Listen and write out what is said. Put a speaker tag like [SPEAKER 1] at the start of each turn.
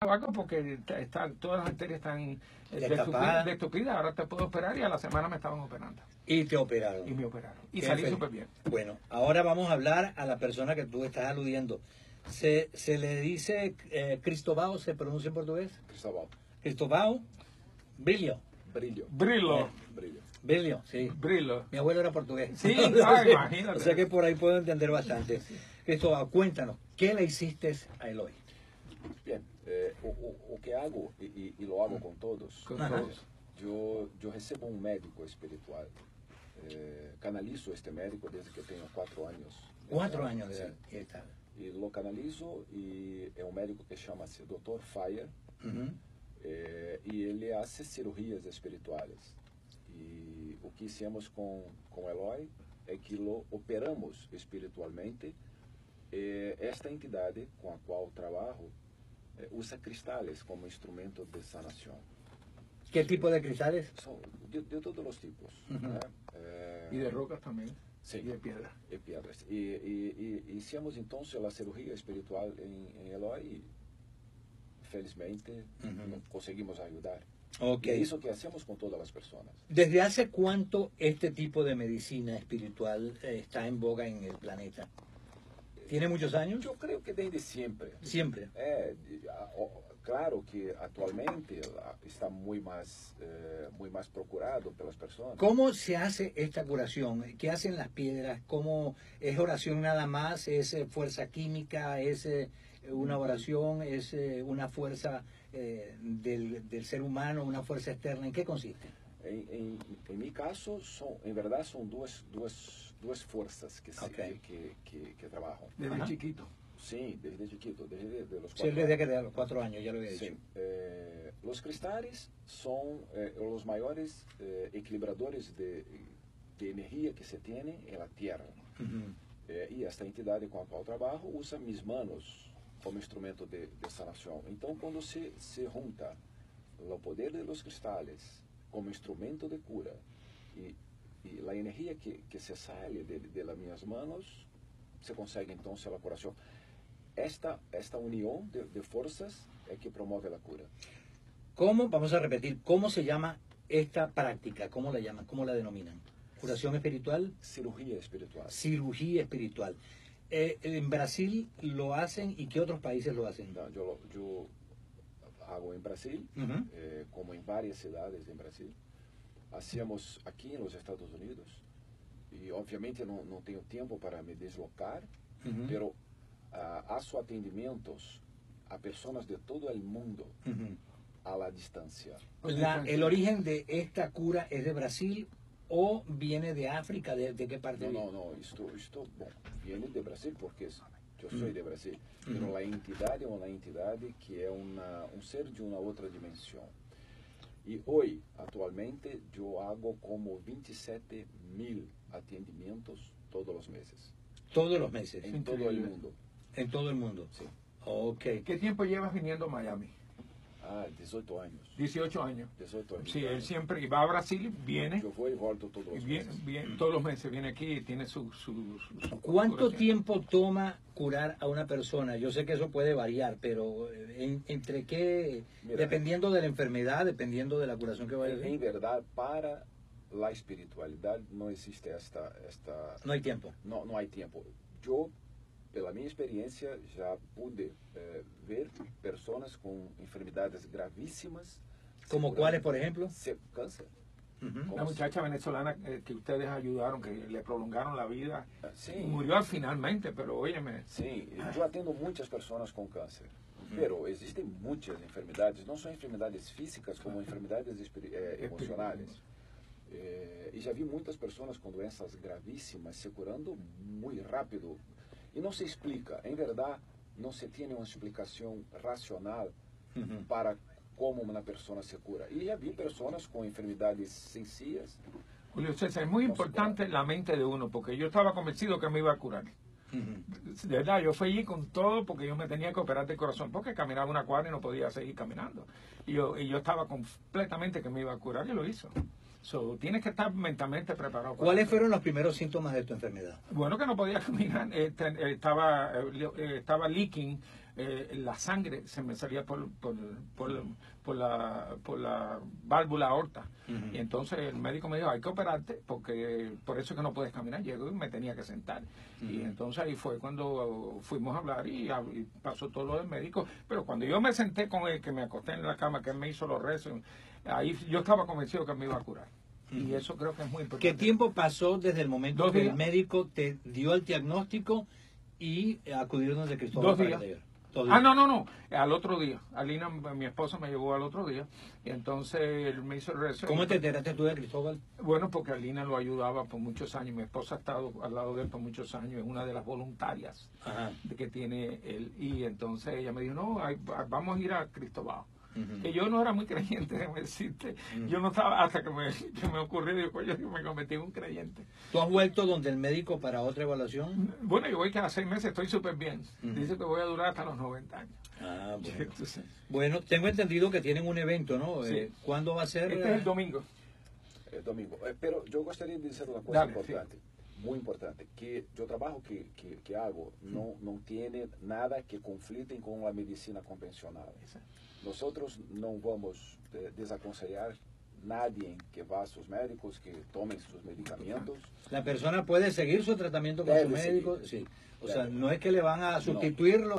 [SPEAKER 1] algo porque está- está- todas las arterias están eh, destupid-
[SPEAKER 2] Destapadas.
[SPEAKER 1] destupidas. Ahora te puedo operar y a la semana me estaban operando.
[SPEAKER 2] Y te operaron.
[SPEAKER 1] Y me operaron. Y
[SPEAKER 2] Qué
[SPEAKER 1] salí
[SPEAKER 2] feliz.
[SPEAKER 1] súper bien.
[SPEAKER 2] Bueno, ahora vamos a hablar a la persona que tú estás aludiendo. ¿Se, se le dice eh, Cristobao? ¿Se pronuncia en portugués?
[SPEAKER 3] Cristóbal,
[SPEAKER 2] Cristobao. Brillo.
[SPEAKER 3] brillo,
[SPEAKER 1] Brillo.
[SPEAKER 3] brillo.
[SPEAKER 2] Brillo, sí.
[SPEAKER 1] Brillo.
[SPEAKER 2] Mi abuelo era portugués.
[SPEAKER 1] Sí, ah, imagínate.
[SPEAKER 2] O sea que por ahí puedo entender bastante. Cristobao, cuéntanos, ¿qué le hiciste a Eloy?
[SPEAKER 3] Bien, eh, o, o- o que hago, y, y- y lo hago con todos,
[SPEAKER 1] Con
[SPEAKER 2] Ajá.
[SPEAKER 1] todos.
[SPEAKER 3] yo, yo recebo um médico espiritual. Eh, canalizo este médico desde que tenho quatro anos.
[SPEAKER 2] Cuatro años de
[SPEAKER 3] Sí.
[SPEAKER 2] edad. y está.
[SPEAKER 3] E lo canalizo e é um médico que chama-se Dr. Fire.
[SPEAKER 2] Ujú.
[SPEAKER 3] É, e ele hace cirurgias espirituais. E o que fizemos com com Eloy é que lo operamos espiritualmente. É, esta entidade com a qual trabalho é, usa cristais como instrumento de sanação.
[SPEAKER 2] ¿Qué tipo de cristales?
[SPEAKER 3] São de, de todos os tipos.
[SPEAKER 2] Uhum.
[SPEAKER 3] Né? É,
[SPEAKER 1] Y de rocas también.
[SPEAKER 3] Sí.
[SPEAKER 1] Y de piedra.
[SPEAKER 3] e pedras. E, e, e hicimos então a cirurgia espiritual em, em Eloy e, felizmente,
[SPEAKER 2] Uhum.
[SPEAKER 3] não conseguimos ajudar.
[SPEAKER 2] Ok.
[SPEAKER 3] Que é isso que hacemos com todas as pessoas.
[SPEAKER 2] ¿Desde hace cuánto este tipo de medicina espiritual eh, está en boga en el planeta? ¿Tiene muchos años?
[SPEAKER 3] Eu creio que desde sempre.
[SPEAKER 2] Siempre.
[SPEAKER 3] É, de- a- o- claro que atualmente a- está muito mais, eh, muito mais procurado pelas pessoas.
[SPEAKER 2] ¿Cómo se hace esta curación? ¿Qué hacen las piedras? ¿Cómo es oración nada más? ¿Es eh, fuerza química? ¿Es eh, una oración? ¿Es eh, una fuerza eh, del, del ser humano? ¿Una fuerza externa? ¿En qué consiste?
[SPEAKER 3] Em, em, em meu caso, são, em verdade, são duas, duas, duas forças que, se,
[SPEAKER 2] Ok.
[SPEAKER 3] que, que, que trabalham.
[SPEAKER 1] Desde
[SPEAKER 2] Ajá.
[SPEAKER 1] chiquito.
[SPEAKER 3] Sim, desde chiquito, desde de los
[SPEAKER 2] Sí,
[SPEAKER 3] quatro
[SPEAKER 2] desde
[SPEAKER 3] anos.
[SPEAKER 2] que de los cuatro años, ya lo había dicho.
[SPEAKER 3] Sim. Eh, os cristais são eh, os maiores eh, equilibradores de, de energia que se tem na Terra.
[SPEAKER 2] Ujú.
[SPEAKER 3] Eh, e esta entidade com a qual trabalho usa mis manos como instrumento de, de sanação. Então, quando se, se junta o poder de los cristais como instrumento de cura e, e a energia que, que se sai de, de las minhas manos, se consegue então a curação. Esta, esta união de, de forças é que promove a cura.
[SPEAKER 2] ¿Cómo, vamos a repetir, cómo se llama esta práctica? ¿Cómo la llaman? ¿Cómo la denominan? ¿Curación espiritual?
[SPEAKER 3] Cirurgia espiritual.
[SPEAKER 2] Cirugía espiritual. Eh, en Brasil lo hacen y qué otros países lo hacen?
[SPEAKER 3] Então, eu, eu hago em Brasil,
[SPEAKER 2] Ujú.
[SPEAKER 3] eh, como en varias ciudades en Brasil. Hacíamos aquí en los Estados Unidos y obviamente no, no tengo tiempo para me deslocar,
[SPEAKER 2] Ujú.
[SPEAKER 3] pero ah, hago atendimientos a personas de todo el mundo
[SPEAKER 2] Ujú.
[SPEAKER 3] a la distancia.
[SPEAKER 2] La- el origen de esta cura es de Brasil o viene de África, de, de qué parte
[SPEAKER 3] No,
[SPEAKER 2] viene?
[SPEAKER 3] no, no, esto, esto bueno, viene de Brasil porque es- yo soy de Brasil, Então,
[SPEAKER 2] Ujú.
[SPEAKER 3] pero la entidad es una entidad é que es una, un ser de una otra dimensión. Y hoy, actualmente, yo hago como 27 mil atendimientos todos los meses,
[SPEAKER 2] Todos los meses,
[SPEAKER 3] en todo el
[SPEAKER 1] increíble.
[SPEAKER 3] mundo.
[SPEAKER 2] en todo el mundo.
[SPEAKER 3] Sí.
[SPEAKER 2] Ok.
[SPEAKER 1] ¿Qué tiempo llevas viniendo a Miami?
[SPEAKER 3] Ah, 18 años.
[SPEAKER 1] 18 años.
[SPEAKER 3] 18 años.
[SPEAKER 1] Sí, él siempre va a Brasil, viene,
[SPEAKER 3] Yo voy y vuelto todos
[SPEAKER 1] y
[SPEAKER 3] los
[SPEAKER 1] viene,
[SPEAKER 3] meses.
[SPEAKER 1] viene- todos los meses viene aquí y tiene su... su, su- su-
[SPEAKER 2] ¿Cuánto
[SPEAKER 1] su-
[SPEAKER 2] tiempo toma curar a una persona? Yo sé que eso puede variar, pero eh, en- entre qué,
[SPEAKER 3] Mira.
[SPEAKER 2] dependiendo de la enfermedad, dependiendo de la curación que vaya a
[SPEAKER 3] En
[SPEAKER 2] hacer,
[SPEAKER 3] verdad, para la espiritualidad no existe esta, esta,
[SPEAKER 2] no hay tiempo.
[SPEAKER 3] Não, não há tempo. Eu, pela minha experiência, já pude eh, ver pessoas com enfermidades gravíssimas.
[SPEAKER 2] ¿Como cuáles, por ejemplo?
[SPEAKER 3] Se, câncer.
[SPEAKER 2] Ujú.
[SPEAKER 1] La muchacha venezolana eh, que ustedes ayudaron, que le prolongaron la vida,
[SPEAKER 3] Ah, Sim.
[SPEAKER 1] murió al finalmente, pero óyeme,
[SPEAKER 3] Sim, eu atendo muitas pessoas com câncer. Pero existem muitas enfermidades, não só enfermidades físicas, como enfermidades espiri- eh, emocionais. Eh, e já vi muitas pessoas com doenças gravíssimas se curando muito rápido. E não se explica. Em verdade, não se tem uma explicação racional
[SPEAKER 2] Ujú.
[SPEAKER 3] para como uma pessoa se cura. E já vi pessoas com enfermidades sencias.
[SPEAKER 1] Julio César, es muy
[SPEAKER 3] No se puede.
[SPEAKER 1] importante la mente de uno, porque yo estaba convencido que me iba a curar.
[SPEAKER 2] Ujú.
[SPEAKER 1] De verdad, yo fui allí con todo porque yo me tenía que operar del corazón, porque caminaba una cuadra y no podía seguir caminando. Y yo, y yo estaba completamente que me iba a curar y lo hizo. So, tienes que estar mentalmente preparado. para
[SPEAKER 2] ¿Cuáles
[SPEAKER 1] eso.
[SPEAKER 2] fueron los primeros síntomas de tu enfermedad?
[SPEAKER 1] este, Bueno, que no podía caminar, eh, ten- eh, estaba, eh, li- eh, estaba leaking, eh, la sangre se me salía por, por, por, por la, por la válvula aorta.
[SPEAKER 2] Ujú.
[SPEAKER 1] Y entonces el médico me dijo, hay que operarte porque por eso es que no puedes caminar. Llego y me tenía que sentar. Y entonces ahí fue cuando fuimos a hablar y, hab- y pasó todo lo del médico. Pero cuando yo me senté con él, que me acosté en la cama, que él me hizo los rezos, ahí yo estaba convencido que me iba a curar. Y eso creo que es muy importante.
[SPEAKER 2] ¿Qué tiempo pasó desde el momento
[SPEAKER 1] Dos
[SPEAKER 2] que el
[SPEAKER 1] días.
[SPEAKER 2] médico te dio el diagnóstico y acudieron donde Cristóbal?
[SPEAKER 1] Dos
[SPEAKER 2] para
[SPEAKER 1] días.
[SPEAKER 2] leer? Dos días.
[SPEAKER 1] Ah, no, no, no. Al otro día. Alina, mi esposa, me llevó al otro día. Y entonces él me hizo el rezo.
[SPEAKER 2] ¿Cómo te enteraste tú de Cristóbal?
[SPEAKER 1] Bueno, porque Alina lo ayudaba por muchos años. Mi esposa ha estado al lado de él por muchos años. Es una de las voluntarias
[SPEAKER 2] Ajá.
[SPEAKER 1] de que tiene él. Y entonces ella me dijo, no, hay- vamos a ir a Cristobal.
[SPEAKER 2] Ujú.
[SPEAKER 1] Que yo no era muy creyente, déjame decirte. Yo no estaba, hasta que me, que me ocurrió, digo, coño, yo me convertí en un creyente.
[SPEAKER 2] ¿Tú has vuelto donde el médico para otra evaluación?
[SPEAKER 1] Bueno, yo voy cada seis meses, estoy súper bien.
[SPEAKER 2] Ujú.
[SPEAKER 1] Dice que voy a durar hasta los 90 años.
[SPEAKER 2] Ah, bueno.
[SPEAKER 1] Entonces,
[SPEAKER 2] Bueno, tengo entendido que tienen un evento, ¿no?
[SPEAKER 1] Sí.
[SPEAKER 2] Eh, ¿Cuándo va a ser?
[SPEAKER 1] este es el domingo.
[SPEAKER 3] Eh, domingo. Eh, pero yo gustaría de decir una cosa
[SPEAKER 1] Dale,
[SPEAKER 3] importante, muy importante, que yo trabajo que, que, que hago no, no tiene nada que confliten con la medicina convencional. Nosotros no vamos eh, desaconsejar nadie que vá a sus médicos, que tomen sus medicamentos.
[SPEAKER 2] La persona puede seguir su tratamiento con
[SPEAKER 3] Debe
[SPEAKER 2] su médico.
[SPEAKER 3] seguir.
[SPEAKER 2] Sí. O sea,
[SPEAKER 3] Debe.
[SPEAKER 2] no es que le van a sustituirlo.